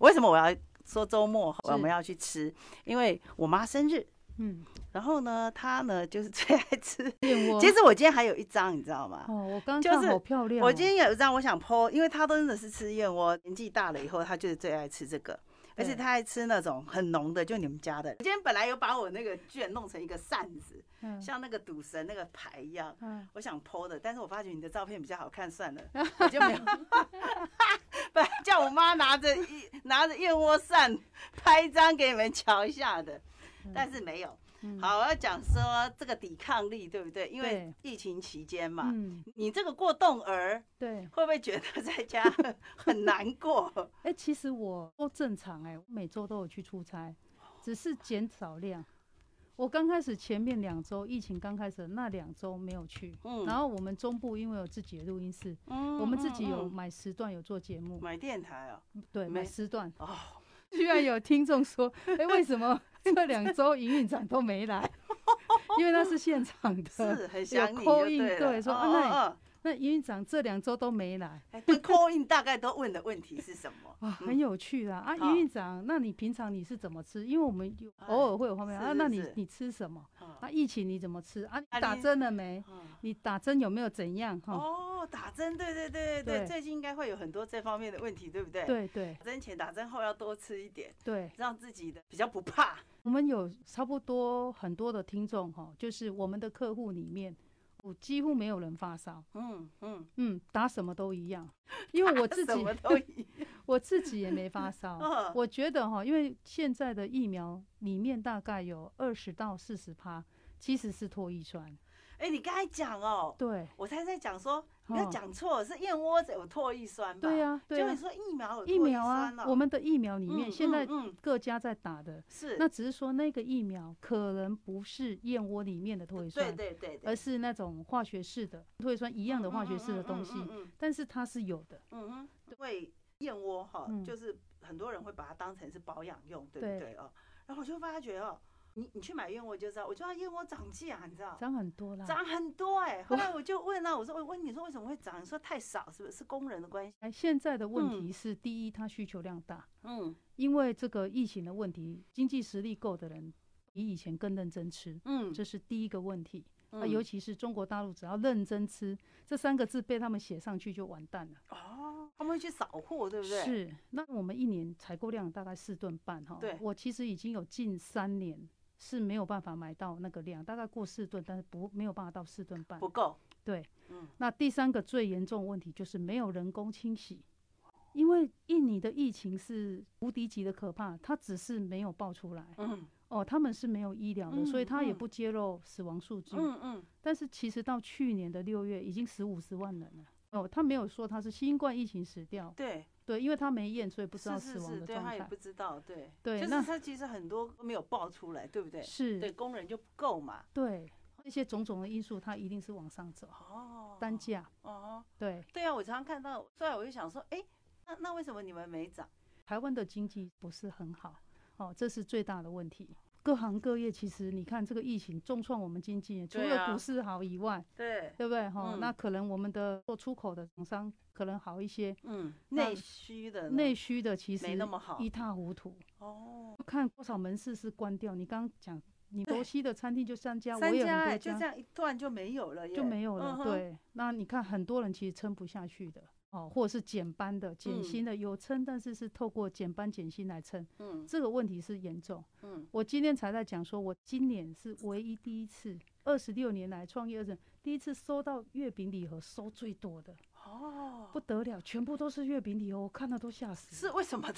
为什么我要说周末我们要去吃？因为我妈生日，嗯，然后呢，她呢就是最爱 吃。燕窝。其实我今天还有一张，你知道吗？哦，我刚就看是好漂亮哦。我今天有一张我想剖，因为她都真的是吃燕窝，年纪大了以后，她就是最爱吃这个。而且对她爱吃那种很浓的，就你们家的。我今天本来有把我那个卷弄成一个扇子，嗯像那个赌神那个牌一样，嗯我想 PO 的，但是我发觉你的照片比较好看，算 了，我就没有。本来叫我妈拿着一拿着燕窝扇拍一张给你们瞧一下的，但是没有。嗯好，我要讲说这个抵抗力，对不对？因为对疫情期间嘛，嗯，你这个过动儿对。会不会觉得在家很难过？哎、其实我都正常哎、我每周都有去出差，只是减少量。我刚开始前面两周疫情刚开始的那两周没有去，嗯然后我们中部因为有自己的录音室，嗯我们自己有嗯嗯买时段有做节目，买电台 哦，对，没买时段。哦，居然有听众说，哎、为什 么这两周营运长都没来？因为那是现场的，是很想你就 call 对 in，了，对说啊嗯那你嗯嗯那营运长这两周都没来，哎，跟 call in 大概都问的问题是什 么？哇，嗯很有趣啦！啊，好营运长，那你平常你是怎么吃？因为我们有哎偶尔会有方面是啊，是那你是你吃什么？哦啊，疫情你怎么吃啊？你啊打你针了没？ 哦你打针有没有怎样？哈，哦，打针，对对对对对，嗯对最近应该会有很多这方面的问题，对不对？，对对打针前、打针后要多吃一点，对，让自己的比较不怕。我们有差不多很多的听众哈，就是我们的客户里面，我几乎没有人发烧，嗯嗯，嗯，打什么都一样，因为我自什己 么都一样。我自己也没发烧。嗯我觉得哈，因为现在的疫苗里面大概有二十到四十趴，其实是唾液酸。哎，你刚才讲哦，对我才在讲说，你哦要讲错，是燕窝有唾液酸吧？对呀、对就呀、你说疫苗有唾疫液苗啊酸哦，我们的疫苗里面嗯现在嗯嗯各家在打的，是那只是说那个疫苗可能不是燕窝里面的唾液酸，对对对对，而是那种化学式的唾液酸一一样的化学式的东西，嗯嗯但是它是有的。嗯哼，因为燕窝哈，嗯就是很多人会把它当成是保养用，对对不对哦？然后我就发觉哦，你你去买燕窝就知道，我就道燕窝涨价，你知道。涨很多啦，涨很多 哎、后来我就问啊，我说我问你说为什么会涨？你说太少，是不是是工人的关系？哎，现在的问嗯题是，第一，它需求量大，嗯因为这个疫情的问题，经济实力够的人比以前更认真吃，嗯，这是第一个问题。啊，嗯尤其是中国大陆，只要认真吃这三个字被他们写上去就完蛋了。哦，他们会去扫货，对不对？，是，那我们一年采购量大概四吨半哈。对我其实已经有近三年是没有办法买到那个量，大概过四吨，但是不没有办法到四吨半不。够。对，嗯那第三个最严重的问题就是没有人工清洗，因为印尼的疫情是无敌级的可怕，它只是没有爆出来嗯哦，他们是没有医疗的，所以嗯它也嗯不揭露死亡数据。嗯嗯，但是其实到去年的六月已经十五十万人了。哦，他没有说他是新冠疫情死掉，对，对，因为他没验，所以不知道是是死亡是，的对状他也态不。知道，对对就是那他其实很多都没有爆出来，对不对？对，是，工人就不够嘛。对，这些种种的因素，它一定是往上走，哦，单价，哦，对，对啊，我常常看到，所以我就想说，哎、那那为什么你们没涨？台湾的经济不是很好，哦，这是最大的问题。各行各业其实你看这个疫情重创我们经济，除对了啊股市好以外，对，对不对？哈、嗯那可能我们的做出口的厂商可能好一些，嗯，那内需的呢内需的其实没那么好一塌糊涂。哦，看多少门市是关掉，你刚刚讲你熟悉的餐厅就三 家，三我也家很哎、多就这样一段就没有了耶，就没有了。嗯哼，对，那你看很多人其实撑不下去的哦，或者是减班的、减薪的，有撑，但是是透过减班、减薪来撑，嗯这个问题是严重。嗯，我今天才在讲说，我今年是唯一第一次，二十六年来创业二十，第一次收到月饼礼盒收最多的，哦，不得了，全部都是月饼礼盒，我看了都吓死是了。为什 么？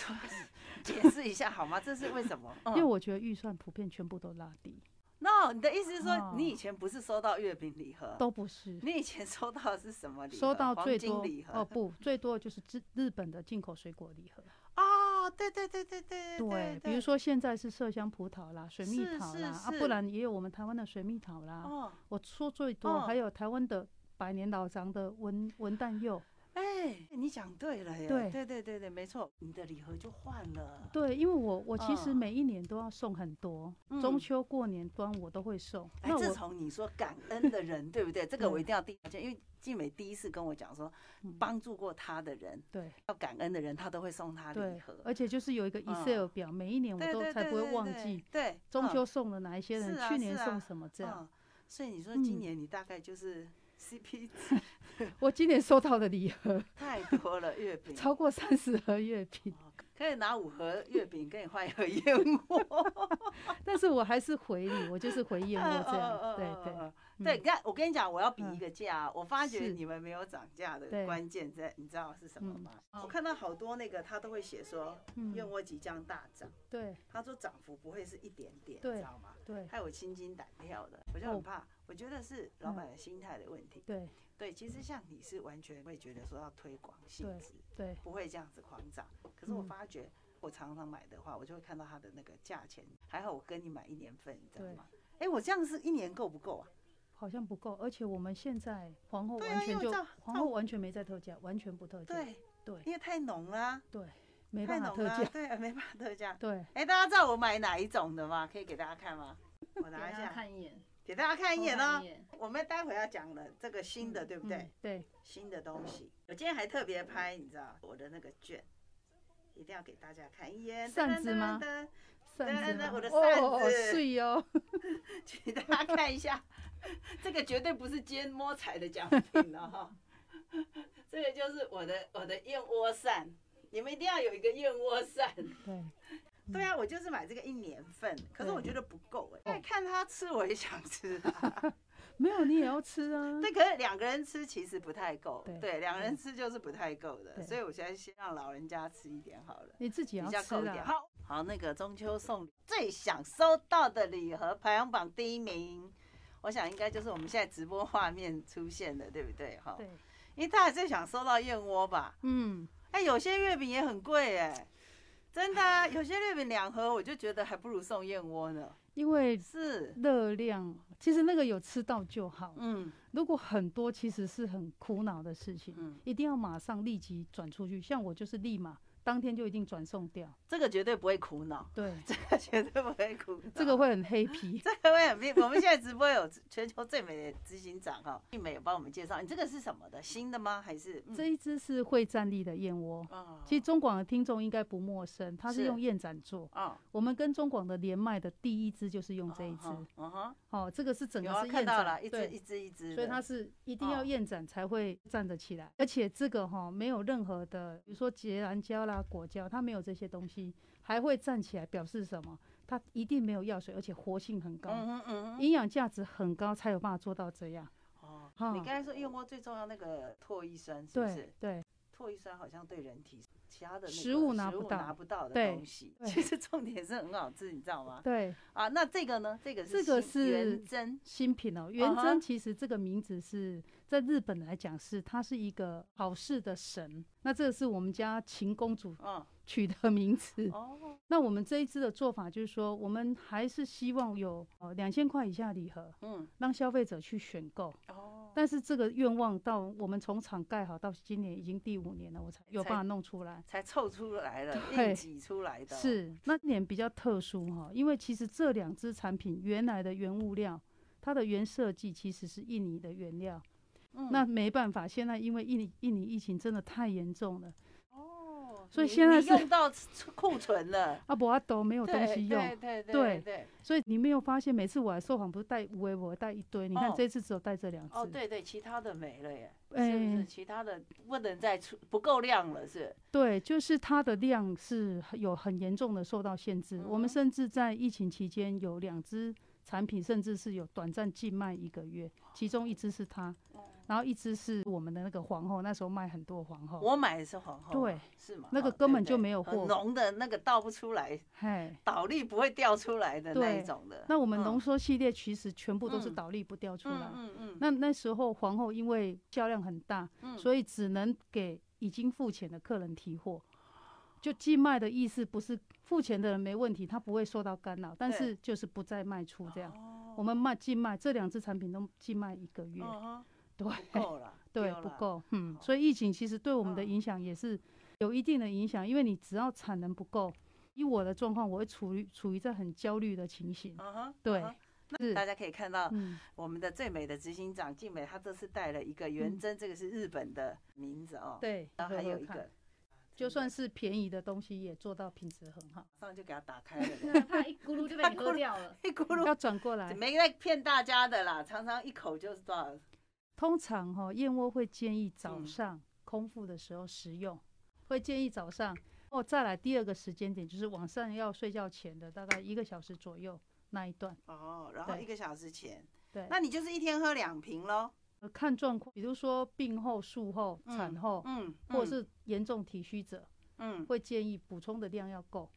解释一下好吗？这是为什么？嗯因为我觉得预算普遍全部都拉低， no，你的意思是说哦，你以前不是收到月饼礼盒，都不是。哦你以前收到的是什么礼盒？收到黄最金多礼盒哦不，最多就是日日本的进口水果礼盒。啊、对对对对对对，比如说现在是麝香葡萄啦、水蜜桃啦，是是啊，不然也有我们台湾的水蜜桃啦。哦，我说最多、哦还有台湾的百年老长的文文旦柚，哎，你讲对了耶，对对对对对，没错，你的礼盒就换了，对，因为我我其实嗯每一年都要送很多，嗯中秋、过年、端午我都会送。哎那，自我从你说感恩的人，对不对？这个我对一定要第一条件，因为静美第一次跟我讲说，嗯帮助过他的人，对要感恩的人，他都会送他礼对盒，。而且就是有一个 Excel 表，每一年我啊对都对才对不会对忘对记对，中嗯秋送了哪一些是啊人，去年是啊送什么这样。嗯所以你说今嗯年你大概就是 CP 值嗯我今年收到的礼 盒太多了，月饼 超过三十盒月饼， 哦可以拿五盒月饼跟你换一盒燕窝，但是我还是回礼，我就是回燕窝这嗯样。对。嗯嗯嗯对嗯对，你看，我跟你讲，我要比嗯一个价啊、我发觉是你们没有涨价的对关键在，你知道是什么吗？嗯我看到好多那个，他都会写说嗯燕窝即将大涨，对他说涨幅不会是一点点，对你知道吗？对害我心惊胆跳的，我就哦嗯很怕。我觉得是老板的心态的问题。对对，其实像你是完全会觉得说要推广性质，对，不会这样子狂涨。可是我嗯发觉，我常常买的话，我就会看到它的那个价钱。还好我跟你买一年份，你知道对吗？哎，我这样是一年够不够啊？好像不够。而且我们现在皇后对啊完因全为就照皇后完全没在特价，完全不特价。对，对因为太浓了啊。对，没太办法浓特了啊，价。对，没办法特价。对，哎、大家知道我买哪一种的吗？可以给大家看吗？我给拿大一家下，看一眼，给大家看一眼偷哦看。眼我们待会要讲的这个新的，对不对？嗯对，新的东西，我今天还特别拍，你知道我的那个卷。一定要给大家看一眼，扇子吗噔噔噔噔扇子那吗，我的哦扇哦子碎哦，请大家看一下， 这个绝对不是今天摸彩的奖品了哈。 这个就是我的我的燕窝扇，你们一定要有一个燕窝扇。对，对啊，我就是买这个一年份，可是我嗯对觉哦得不够哎、看他吃，我也想吃、啊。 没有你也要吃啊。对，可是两个人吃其实不太够对，嗯对，两个人吃就是不太够的，对所以我现在先让老人家吃一点好了，你自比己要较吃啊够一点。啦。好，好，那个中秋送礼最想收到的礼盒排行榜第一名。我想应该就是我们现在直播画面出现的，对不对？哈，对，因为大家最想收到燕窝吧？嗯，哎，有些月饼也很贵哎、真的、啊，有些月饼两盒我就觉得还不如送燕窝呢。因为是，热量其实那个有吃到就好，嗯如果很多其实是很苦恼的事情，嗯，一定要马上立即转出去。像我就是立马当天就一定转送掉，这个绝对不会苦恼，对，这个绝对不会苦恼，这个会很黑皮。这个会很拼。我们现在直播有全球最美的执行长哈，俊美有帮我们介绍，你这个是什么的？新的吗？还是嗯这一只是会站立的燕窝，啊其实中广的听众应该不陌生，它是是用燕盏做。啊，我们跟中广的连麦的第一支就是用这一支，嗯哼，哦，这个是整有个啊是看燕到了，盏，一只对，一只一只，所以它是一定要哦燕盏才会站得起来，而且这个哈、没有任何的，比如说结兰胶啦、果胶，它没有这些东西，还会站起来，表示什么？它一定没有药水，而且活性很高，嗯哼嗯哼，营养价值很高，才有办法做到这样。哦，哈你刚才说燕窝最重要那个唾液酸是不嗯对是？对唾液酸好像对人体其他的那个食物拿食不到拿不到的对东西，对其实重点是很好吃，你知道吗？对，啊，那这个呢？这个这个新是原针，新品哦，啊元哈珍其实这个名字是在日本来讲是它是一个好事的神，那这个是我们家秦公主嗯，取的名字。哦， 那我们这一支的做法就是说，我们还是希望有呃两千块以下礼盒，嗯，让消费者去选购。哦，但是这个愿望到我们从厂盖好到今年已经第五年了，我才有才办法弄出来。才凑出来了，对硬挤出来的，，哦是那一年比较特殊哈，因为其实这两支产品原来的原物料，它的原设计其实是印尼的原料。嗯那没办法，现在因为印尼印尼疫情真的太严重了，哦，所以你现在你是用到库存了，阿伯阿斗没有对东西用，对对对对，所以你没有发现，每次我来受访不是带五维，我带一堆，你看哦这次只有带这两只。哦，对对，其他的没了耶，是不是？哎其他的不能再出，不够量了，是对就是它的量是很有很严重的受到限制。我嗯哼们甚至在疫情期间有两只产品，甚至是有短暂禁卖一个月，哦其中一只是它，然后一只是我们的那个皇后，那时候卖很多皇后。我买的是皇后，哦对，是吗？那个哦根本对对就没有很货浓的那个倒不出来，嘿，倒立不会掉出来的那一对种的。那我们嗯浓缩系列其实全部都是嗯倒立不掉出来。嗯嗯嗯那那时候皇后因为销量很大，嗯所以只能给已经付钱的客人提货。就寄卖的意思不是付钱的人没问题，他不会受到干扰，但是就是不再卖出这样。哦我们卖寄卖这两只产品都寄卖一个月，嗯哼 对不够了，对丢，不了够，嗯，好所以疫情其实对我们的嗯影响也是有一定的影响，因为你只要产能不够，以我的状况，我会处于处于在很焦虑的情形，嗯哼，对嗯哼，是大，家可以看到嗯，我们的最美的执行长静美，她这次带了一个元嗯珍，这个是日本的名字哦。，对，然后喝还喝有一看个，就算是便宜的东西也做到品质很好，马上就给他打开了， 真的啊怕一咕 噜就被你喝掉了。一咕噜要转过来。没在骗大家的啦，常常一口就是多少。通常哈、燕窝会建议早嗯上空腹的时候食用，会建议早上。哦，再来第二个时间点就是晚上要睡觉前的大概一个小时左右那一段，哦，然后对一个小时前，对，那你就是一天喝两瓶喽。呃看状况，比如说病后、术后、嗯产后，嗯，或是严重体虚者，嗯，嗯会建议补充的量要够。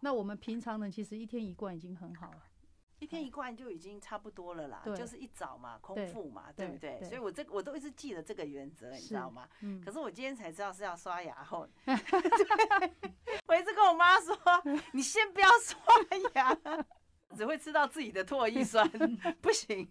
那我们平常人其实一天一罐已经很好了，一天一罐就已经差不多了啦，对就是一早嘛，空对腹嘛，对不对？对对所以我这我都一直记得这个原则，你知是道吗？嗯可，是我今天才知道是要刷牙 后，我一直跟我妈说，你先不要刷牙，只会吃到自己的唾液 酸，不行，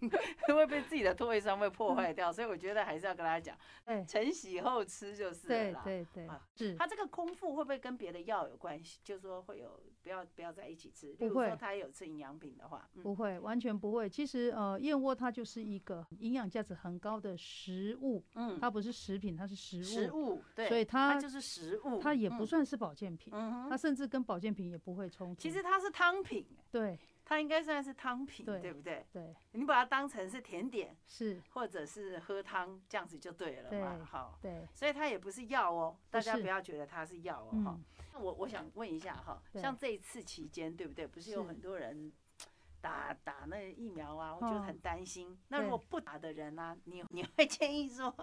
会被自己的唾液酸会破坏掉，所以我觉得还是要跟她讲，对晨洗后吃就是了哎对啦。对对啊，是它这个空腹会不会跟别的药有关系？就是说会有不要不要在一起吃，不例如说会她有吃营养品的话，嗯不会，完全不会。其实呃，燕窝它就是一个营养价值很高的食物，嗯，它不是食品，它是食物，食物对，所以它它就是食物，它也不嗯，算是保健品，嗯它哼，甚至跟保健品也不会冲突。其实它是汤品，欸对它应该算是汤品，对对不对？对你把它当成是甜点，是，或者是喝汤，这样子就对了嘛。对好，对，所以它也不是药哦，大家不是不要觉得它是药哦。哈嗯，那我我想问一下哈，对像这一次期间，对不对？不是有是很多人打打那疫苗啊，我觉得嗯很担心。那对如果不打的人呢、你 你会建议说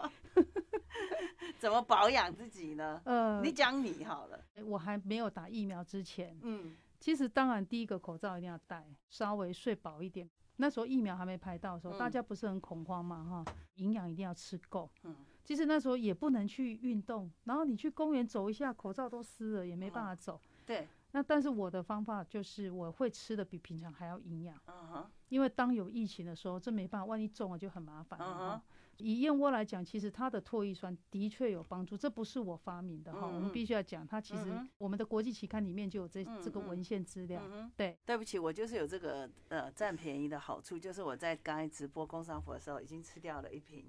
怎么保养自己呢？呃，你讲你好了，我还没有打疫苗之前，嗯其实当然第一个口罩一定要戴，稍微睡饱一点。那时候疫苗还没排到的时候，大嗯家不是很恐慌嘛哈，营养一定要吃够。嗯，其实那时候也不能去运动，然后你去公园走一下，口罩都湿了，也没办嗯法走。对，那但是我的方法就是我会吃的比平常还要营养，嗯哼，因为当有疫情的时候，这没办法，万一中了就很麻烦了哈。嗯哼以燕窝来讲，其实它的唾液酸的确有帮助，这不是我发明的哈，我嗯嗯们必须要讲，它其实嗯哼我们的国际期刊里面就有这、这个嗯嗯文献资料。嗯哼。对，对不起，我就是有这个呃占便宜的好处，就是我在刚才直播工商服的时候已经吃掉了一瓶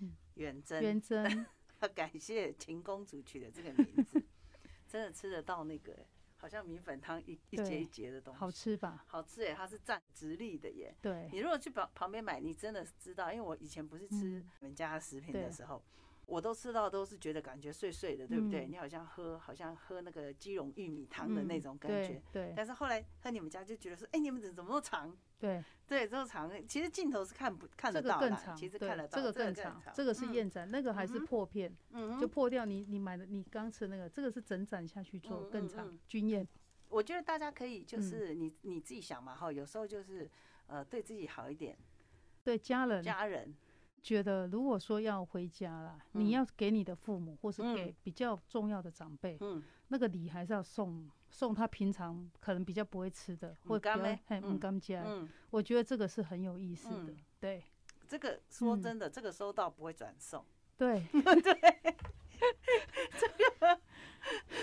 嗯远征， 元珍感谢秦公主取的这个名字，真的吃得到那个，欸好像米粉汤一一节对一节的东西，好吃吧？好吃欸耶，它是蘸直立的耶。对，你如果去旁旁边买，你真的知道，因为我以前不是吃嗯我们家的食品的对时候，我都吃到都是觉得感觉碎碎的，对不对？嗯你好像喝好像喝那个基隆玉米汤的那种感觉，嗯、对对但是后来喝你们家就觉得说，哎、你们怎怎么那么长？对，对，这么长，其实镜头是看不看这得个到更啦，长，其实对看得到，这个更更长，这个是，燕盏，那个还是嗯哼破片，嗯就嗯，破掉你你买的你刚吃那个，这个是整盏下去做嗯更嗯长嗯，军宴我觉得大家可以嗯就是你你自己想嘛哈，有时候就是呃对自己好一点，对家人家人，觉得如果说要回家啦，嗯你要给你的父母或是嗯给比较重要的长辈，嗯，那个礼还是要送送他平常可能比较不会吃的，或甘比较咩嘿嗯不甘家，嗯，我觉得这个是很有意思的嗯，对这个说嗯真的，这个收到不会转送， 对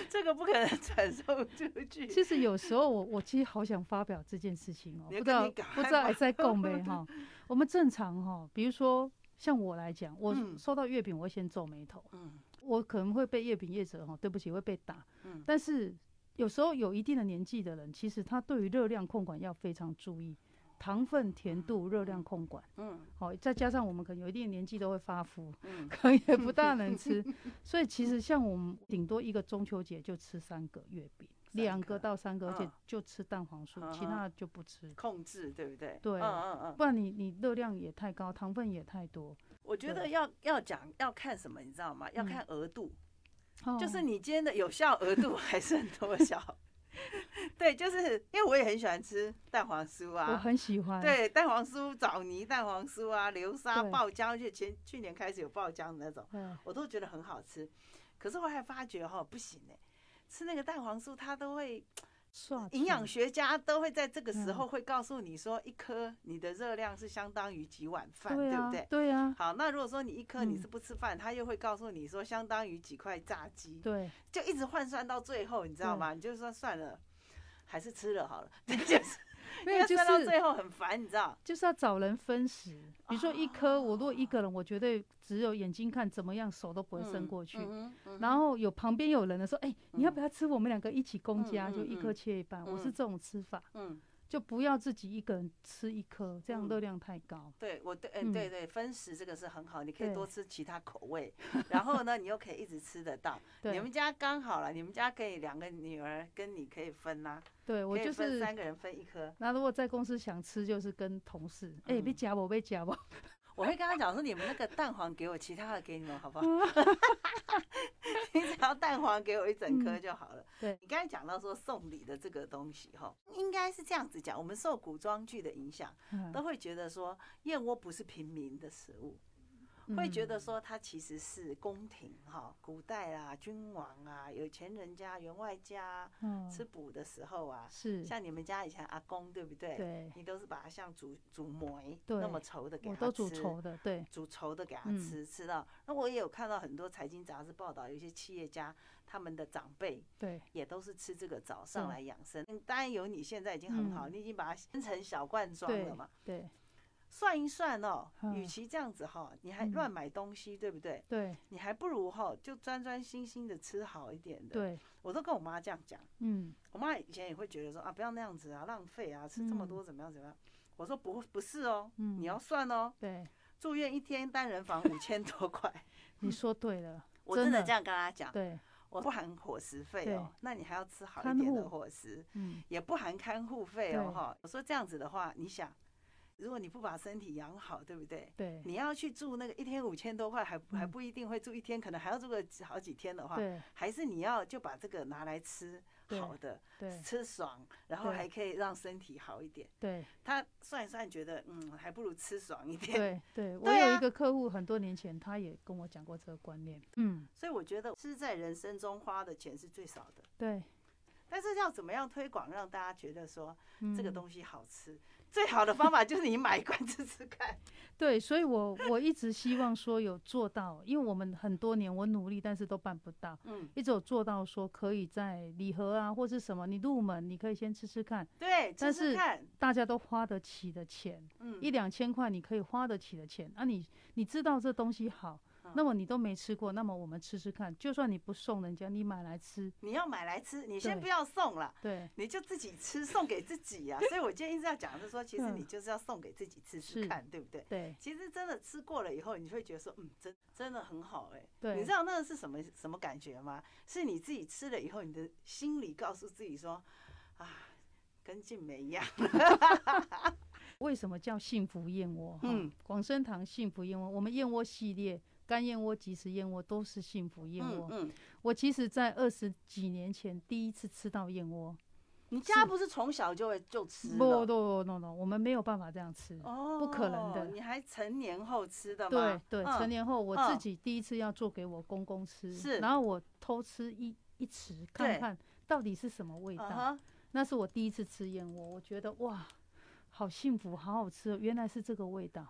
这个不可能 转送出去。 其实有时候我我其实好想发表这件事情哦、你不知跟道你赶快不知道吧还在共没哈。我们正常哈、比如说像我来讲，我嗯收到月饼我会先皱眉头，嗯我可能会被月饼业者哈、对不起会被打。嗯但是有时候有一定的年纪的人，其实他对于热量控管要非常注意，糖分、甜度、热量控管。嗯好、再加上我们可能有一定的年纪都会发福， 嗯，可能也不大能 吃，所以其实像我们顶多一个中秋节就吃三个月饼，三两个个到三个，而且嗯就吃蛋黄酥，其嗯哼他的就不吃。控制对不对？对嗯嗯嗯。不然你你热量也太高，糖分也太多，我觉得对嗯要要讲要看什么，你知道吗？要看额度。就是哦你今天的有效额度 还剩多少？ 对，就是因为我也很喜欢吃蛋黄酥我 啊，很喜欢。对，蛋黄酥、枣泥蛋黄酥啊，流沙对爆浆，而且前去年开始有爆浆的那种，对我都觉得很欸好吃。可是我还发觉哈、不行哎、吃那个蛋黄酥它都会哦刷营养出学家都会在这个时嗯候会告诉你说，一颗你的热量是相当于几碗饭，对对啊不对？对啊，好，那如果说你一颗你嗯是不吃饭，他又会告诉你说相当于几块炸鸡， 对，就一直换算到最后，你知道对吗？你就说算了，还是吃了好 了，就是没因有为就算到是最后很烦，你知道？就是要找人分食。比如说一啊颗，我如果一个人，我绝对只有眼睛看怎么样，手都不会伸嗯过去。嗯哼嗯哼嗯然后有旁边有人的时候，哎、你要不要吃？我们两个一起公家，嗯嗯就一颗切一半。我是嗯这种吃法，嗯，就不要自己一个人吃一颗，这嗯样热量太高。对我对，嗯嗯对对，分食这个是很好，你可以对多吃其他口 味，然后呢，你又可以一直吃得到。你对们家刚好了，你们家可以两个女儿跟你可以分呐、对，我可以就分是。三个人分一颗。那如果在公司想吃，就是跟同事，哎、被嗯夹我，被夹我， 我会跟他讲说，你们那个蛋黄给我，其他的给你们好不好？ 你只要蛋黄给我一整颗就好了。嗯对你刚才讲到说送礼的这个东西哈，应该是这样子讲，我们受古装剧的影响，嗯都会觉得说燕窝不是平民的食物。会觉得嗯说它其实是宫廷哈，古代啊，君王啊，有钱人家、员外家嗯吃补的时候啊，是，像你们家以前阿公对不对？对，你都是把它像煮煮梅对那么稠的给我它都煮吃稠的，对，煮稠的给他嗯吃，吃到。那我也有看到很多财经杂志报道，有一些企业家他们的长辈对，也都是吃这个早上对来养生。嗯当然有你现在已经很好，嗯你已经把它分成小罐装对了嘛。，对，算一算哦，与嗯其这样子哈，你还嗯乱买东西，对不对？对，你还不如哈，就专专心心的吃好一点的。，对，我都跟我妈这样讲。嗯，我妈以前也会觉得说啊，不要那样子啊，浪费啊，吃这么嗯多怎么样怎么样。我说不不是哦，嗯你要算哦，对，住院一天单人房五千多 块，你说对 了，我真真的的这样跟他讲，对，我不含伙食费哦对，那你还要吃好一看点的护伙食，嗯，也不含看护费哦对哈。我说这样子的话，你想，如果你不把身体养好，对不对？对，嗯你要去住那个一天五千多块，还还不一定会住一天，可能还要住个几好几天的话，对，还是你要就把这个拿来吃对好的，对，吃爽，然后对还可以让身体好一点。对，他算一算，觉得嗯，还不如吃爽一点。对，对，我对有啊一个客户很多年前，他也跟我讲过这个观念，嗯，所以我觉得是在人生中花的钱是最少的。对，但是要怎么样推广，让大家觉得说这个嗯东西好吃？最好的方法就是你买一罐吃吃 看。对，所以我我一直希望说有做到，因为我们很多年我努力，但是都办不到。嗯，一直有做到说可以在礼盒啊或是什么，你入门你可以先吃吃看，对，吃但吃是看。大家都花得起的钱，嗯，一两千块你可以花得起的钱啊你，你知道这东西好，嗯那么你都没吃过，那么我们吃吃看，就算你不送人家，你买来吃，你要买来吃，你先对不要送了。对，你就自己吃，送给自己呀、所以我今天一直要讲，就是说，其实嗯你就是要送给自己吃吃是看，对不对？对，其实真的吃过了以后，你会觉得说，嗯，真真的很好哎、对你知道那个是什么什么感觉吗？是你自己吃了以后，你的心里告诉自己说，啊，跟静美一样。为什么叫幸福燕窝？嗯嗯，广生堂幸福燕窝，我们燕窝系列。干燕窝、即食燕窝都是幸福燕窝嗯。嗯，我其实，在二十几年前第一次吃到燕窝，你家不是从小就会就吃不了？不不不不，我们没有办法这样吃。哦不可能的你还成年后吃的对吗？对，嗯成年后我嗯自己第一次要做给我公公吃，是然后我偷吃一一匙对看看到底是什么味嗯道。哼那是我第一次吃燕窝，我觉得哇，好幸福，好好吃，哦，原来是这个味道。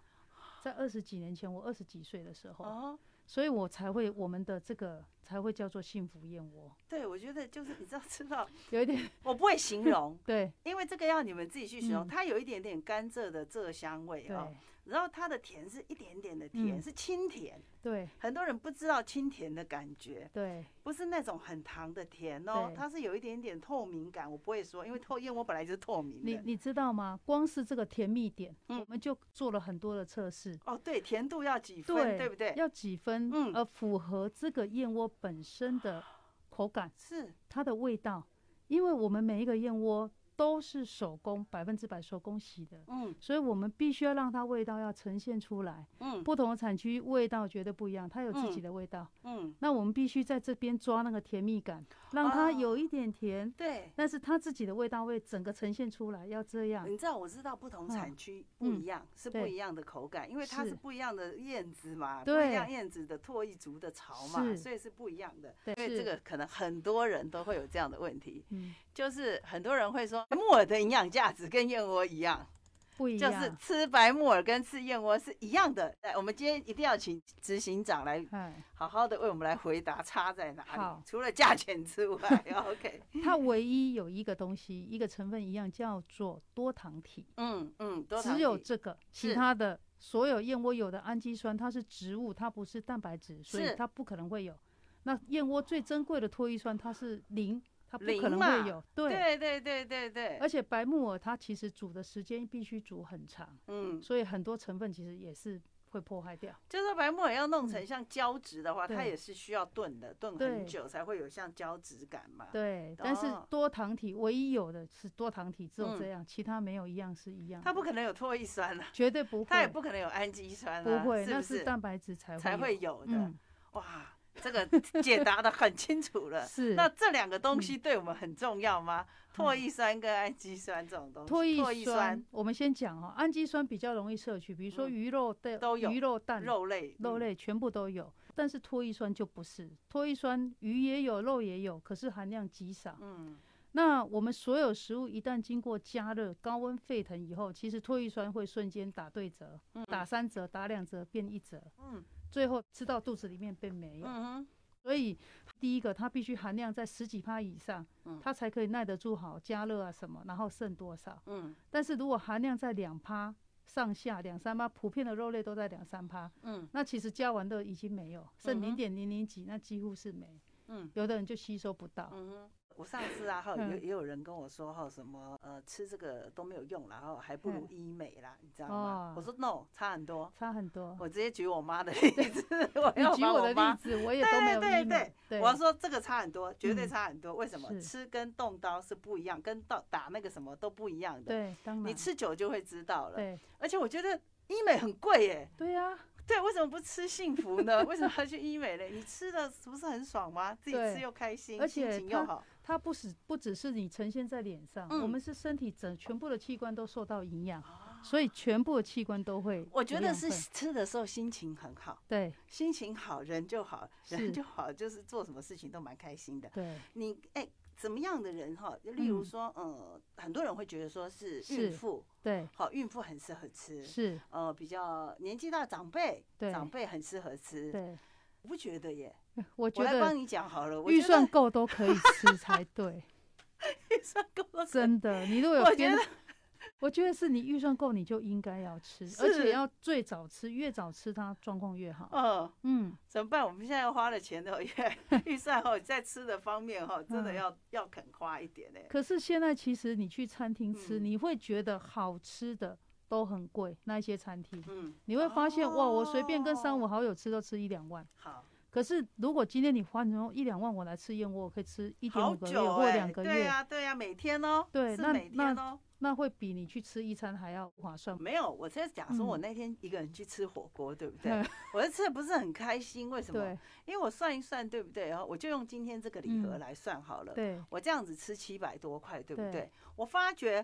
在二十几年前，我二十几岁的时候，哦，所以我才会我们的这个才会叫做幸福燕窝，对，我觉得就是你知道吃到，有一点我不会形 容，对因为这个要你们自己去形容，嗯它有一点点甘蔗的蔗香味哦，对然后它的甜是一点点的甜，嗯是清甜。对很多人不知道清甜的感觉，对不是那种很糖的甜哦，对它是有一点点透明感。我不会说，因为透燕窝本来就是透明你的。你知道吗？光是这个甜蜜点，嗯我们就做了很多的测试，哦，对，甜度要几分，对对不对？要几分，嗯呃，符合这个燕窝本身的口感，是，它的味道，因为我们每一个燕窝都是手工，百分之百手工洗的，嗯所以我们必须要让它味道要呈现出来。嗯不同的产区味道绝对不一样，它有自己嗯的味道。嗯，那我们必须在这边抓那个甜蜜感，让哦它有一点甜，对。但是它自己的味道会整个呈现出来，要这样。你知道，我知道不同产区不一样，是不啊嗯对一样的口感，因为它是是不一样的燕子嘛，不对一样燕子的唾液族的巢嘛，是所以是不一样的。对，因为这是个，可能很多人都会有这样的问题，嗯，就是很多人会说哎木耳的营养价值跟燕窝一样，不一就样。是吃白木耳跟吃燕窝是一样的。来，我们今天一定要请执行长来哎，好好的为我们来回答差在哪里好，除了价钱之外，OK， 它唯一有一个东西，一个成分一样，叫做多糖体，嗯嗯，多糖只有体这个，是其他的所有燕窝有的氨基酸，它是植物，它不是蛋白质，所是以它不可能会有。那燕窝最珍贵的唾液酸，它是零，它不可零能嘛会有。对对，对对对对，而且白木耳它其实煮的时间必须煮很长，嗯，所以很多成分其实也是会破坏掉。就是说白木耳要弄成嗯像胶质的话，它对也是需要炖的，炖对很久才会有像胶质感嘛。对，但是哦多糖体唯一有的是多糖体，只有嗯这样，其他没有一样是一样的。它不可能有唾液酸啊，绝对不会，它也不可能有氨基酸啊，不会，是那不是蛋白质才会才有会有的？嗯，哇，这个解答的很清楚了。是嗯那这两个东西对我们很重要吗？唾液酸跟氨基酸这种东西，唾唾液液酸酸，我们先讲哦，氨基酸比较容易摄取，比如说嗯鱼肉的、都有鱼肉蛋、肉类，肉嗯类全部都有，但是唾液酸就不是，唾液酸鱼也有，肉也有，可是含量极少。嗯，那我们所有食物一旦经过加热、高温沸腾以后，其实唾液酸会瞬间打对折，打三折、打两折变一折，嗯最后吃到肚子里面并没有。嗯所以第一个，它必须含量在十几帕以上嗯，它才可以耐得住好加热啊什么，然后剩多少。嗯但是如果含量在两趴上下，两三趴，普遍的肉类都在两三趴，嗯那其实加完的已经没有，剩嗯零哼点零零几，那几乎是没。嗯有的人就吸收不到。嗯哼。我上次啊，哈，嗯也也有人跟我说哈，什么呃，吃这个都没有用啦，然后还不如医美啦，你知道吗嗯哦？我说 no，差很多。差很多。我直接举我妈的例子， 我你要举把我的妈例子，我也都没有对对医美。对我说这个差很多，绝对嗯差很多。为什么？是吃跟动刀是不一样，跟到打那个什么都不一样的。对，嗯当然。你吃久就会知道了。对而且我觉得医美很贵耶，对啊呀，对，为什么不吃幸福呢？为什么要去医美呢？你吃的不是很爽吗？自己对吃又开心，而心且情又它好。它不是不只是你呈现在脸上，嗯我们是身体整全部的器官都受到营养，所以全部的器官都会。我觉得是吃的时候心情很好，对心情好人就好，是人就好，就是做什么事情都蛮开心的。对你哎、怎么样的人哈？就例如嗯说，呃，很多人会觉得说是是孕妇，对好，孕妇很适合吃，是，呃，比较年纪大的长辈，对长辈很适合吃。对，我不觉得耶，我我觉来帮得你讲好了。我预觉算得够都可以吃才对，预算够了，真的。你如果有我觉编得，我觉得是你预算够，你就应该要吃，而是且要最早吃，越早吃它状况越好。嗯。嗯，怎么办？我们现在花了钱 的 预预算哦，在吃的方面哦，真的嗯要要肯花一点欸嘞。可是现在其实你去餐厅吃，嗯你会觉得好吃的都很贵，那一些餐厅嗯，你会发现、哇，我随便跟三哦五好友吃都吃一两万。好，可是如果今天你花成一两万，我来吃燕窝，我可以吃一点好五个月久或哎两个对月，呀，对呀，每天哦，对是那每天哦。那会比你去吃一餐还要划算。没有，我在讲说，我嗯那天一个人去吃火锅，对不对？我吃的不是很开心，为什么 对？因为我算一算，对不对？哦然后我就用今天这个礼盒嗯来算好了。对我这样子吃七百多块，对不对？对我发觉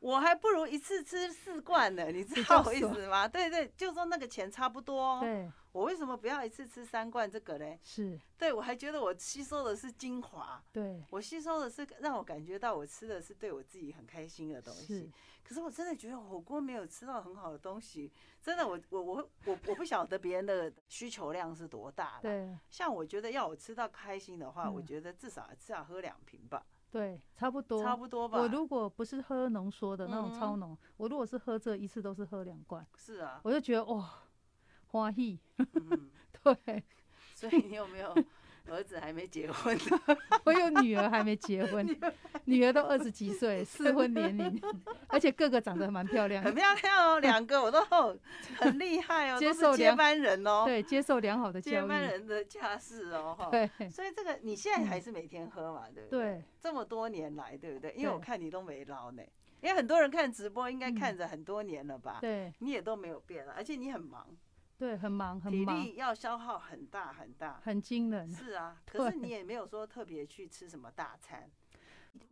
我还不如一次吃四罐呢，你知比道较我意爽思吗？对对，就说那个钱差不多、哦。对我为什么不要一次吃三罐这个嘞？是，对我还觉得我吸收的是精华，对我吸收的是让我感觉到我吃的是对我自己很开心的东是西。，可是我真的觉得火锅没有吃到很好的东西，真的我我我我我不晓得别人的需求量是多大了。对像我觉得要我吃到开心的话，嗯我觉得至少至少喝两瓶吧，对，差不多。差不多吧。我如果不是喝浓缩的那嗯种超浓，我如果是喝这一次都是喝两罐，是啊，我就觉得哇，欢喜。 嗯，对，所以你有没 有儿子还没结婚的？ 我有女儿还没结婚，女儿都二十几岁，适婚年龄，而且个个长得蛮漂亮很，漂亮哦，两个我都哦很厉害哦， 接都是受接良班人哦，对，接受良好的接教班育，人的架势哦，哈。对嗯所以这个你现在还是每天喝嘛，对不对？对，这么多年来，对不对？因为我对嗯看你都没老呢，因为很多人看直播应该看着很多年了吧？对你也都没有变啊了，而且你很忙，对，很忙很体忙，力要消耗很大很大。很惊人。是啊， 可是对你也没有说特别去吃什么大餐，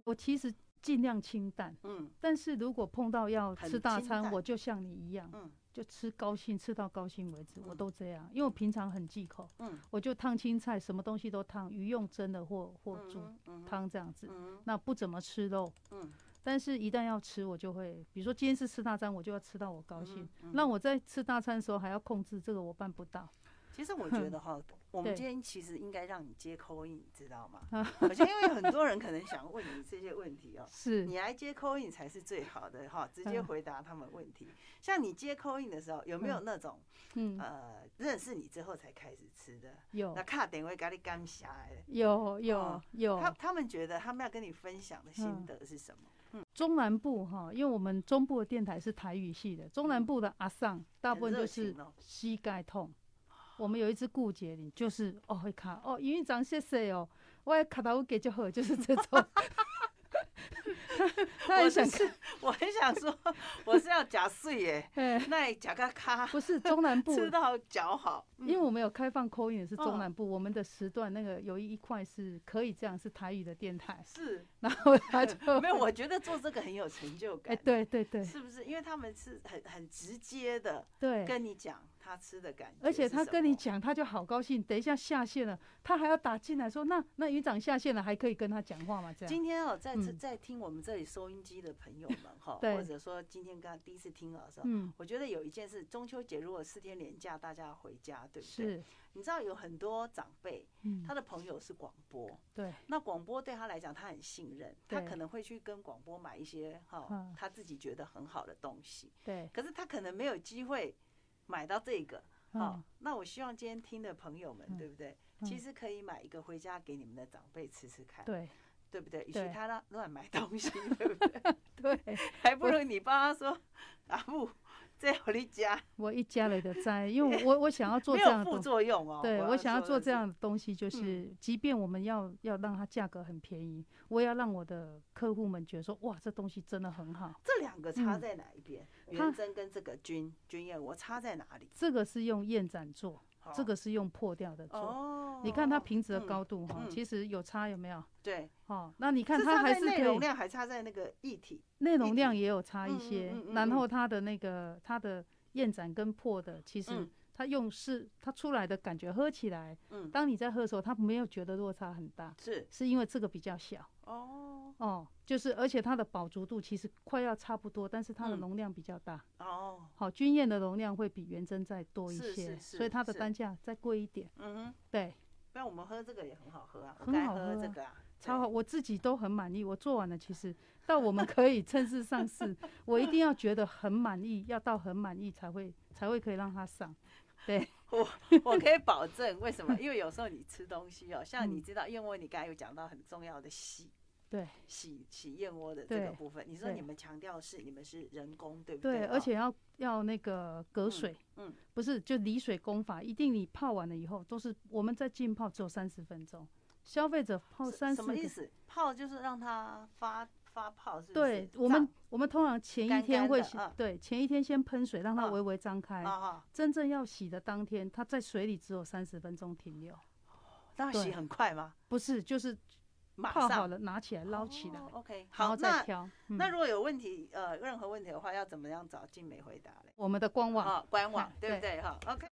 我其实尽量清淡，嗯但是如果碰到要很吃大清餐，淡我就像你一样，嗯就吃高兴，吃到高兴为止，我嗯都这样，因为我平常很忌口，嗯，我就烫青菜，什么东西都烫，鱼用蒸的或或煮嗯哼，汤这样子，嗯那不怎么吃肉。哼嗯，但是，一旦要吃，我就会，比如说今天是吃大餐，我就要吃到我高兴。让我我在吃大餐的时候还要控制，这个我办不到。其实我觉 得哈，我们对今天其实应该让你接口音，你知道 吗？我觉得因为很多人可能想问你这些问题哦，是，你来接 call in 才是最好的哈，直接嗯回答他们问题。像你接 call in 的时候，有没有那种、嗯，呃认识你之后才开始吃的？有那卡点会咖喱干虾哎，有哦有他有，他们觉得他们要跟你分享的心嗯得是什么？中南部哈，因为我们中部的电台是台语系的，中南部的阿尚大部分嗯很就热是情哦膝盖痛。我们有一只顾杰林，就是哦会卡哦，营运长谢谢哦，我也卡到我给就好，就是这种。 他我很是想看，我很想说， 我是要假睡耶，哎，那假个卡 不是中南部，吃到脚好，嗯因为我们有开放扣音也是嗯中南部，我们的时段那个有一块是可以这样，是台语的电台，是然后他就 没有，我觉得做这个很有成就哎，感，对对对是不是？因为他们是很很直接的对，跟你讲他吃的感觉，而且他跟你。讲，他就好高兴。等一下下线了，他还要打进来说，那那营长下线了，还可以跟他讲话吗？这样，今天哦，在这嗯在听我们这里收音机的朋友们哈， 对或者说今天刚第一次听到的时候，嗯，我觉得有一件事，中秋节如果四天连假，大家回家，对不对？是，你知道有很多长辈，嗯他，的朋友是广播，对，那广播对他来讲，他很信任，他对可能会去跟广播买一些哈嗯他自己觉得很好的东西，对，可是他可能没有机会买到这个。嗯好，，那我希望今天听的朋友们，嗯对不对？嗯其实可以买一个回家给你们的长辈吃吃看。对， 对不对？与其对他乱乱买东西，对不 对？对，还不如你帮他说，阿布，这我你家我一家人的灾，因为我我我想要 做没这有样的副东作用哦。对我我想要做这说嗯样的东西，就是即便我们要要让它价格很便宜，我也要让我的客户们觉得说，哇，这东西真的很好。的是，这两个差嗯在哪一边？它元珍跟这个君君燕，我差在哪里？这个是用燕盏做，好这个是用破掉的做。哦，你看它瓶子的嗯高度哈，嗯其实有差有没有？对，哦，那你看是它差还在是内可以容。量，还差在那个液体。一内容量体也有差一嗯些，嗯嗯嗯然嗯后它的那个它的燕盏跟破的，其实嗯它用是它出来的感觉，喝起来，嗯，当你在喝的时候，它没有觉得落差很大，是是因为这个比较小哦哦，就是而且它的饱足度其实快要差不多，但是它的嗯容量比较大。哦，好，军燕的容量会比原针再多一是些，是所以是它的是单价再贵一点。嗯哼，对，不然我们喝这个也很好喝啊，我很该好喝喝这啊个啊，超对好，。我自己都很满意。我做完了，其实到我们可以正式上市， 我一定要觉得很满意，要到很满意才会才会可以让它上。 我可以保证，为什么？因为有时候你吃东西哦，像你嗯知道燕窝，你刚才有讲到很重要的洗，对，洗洗燕窝的这对个部分。你说对你们强调是你们是人工，对不啊对，对，而且要要那个隔嗯水，嗯不是就离水功法，一定你泡完了以后都是我们在浸泡只有三十分钟，消费者泡哦三什四么个意。思？泡就是让它发发泡，是啊不是？对我们，我们通常前干一天干会的洗嗯对前一天先喷水，让它嗯微微张开胀。啊哈，真正要洗的当天，它在水里只有三十分钟停留，那洗对很快吗？不是就是马泡好上了拿起来捞起来哦，OK，然好，后再那挑。嗯那如果有问题，呃，任何问题的话，要怎么样找静美回答嘞？我们的官网啊，官网看对不 对对？哈，OK。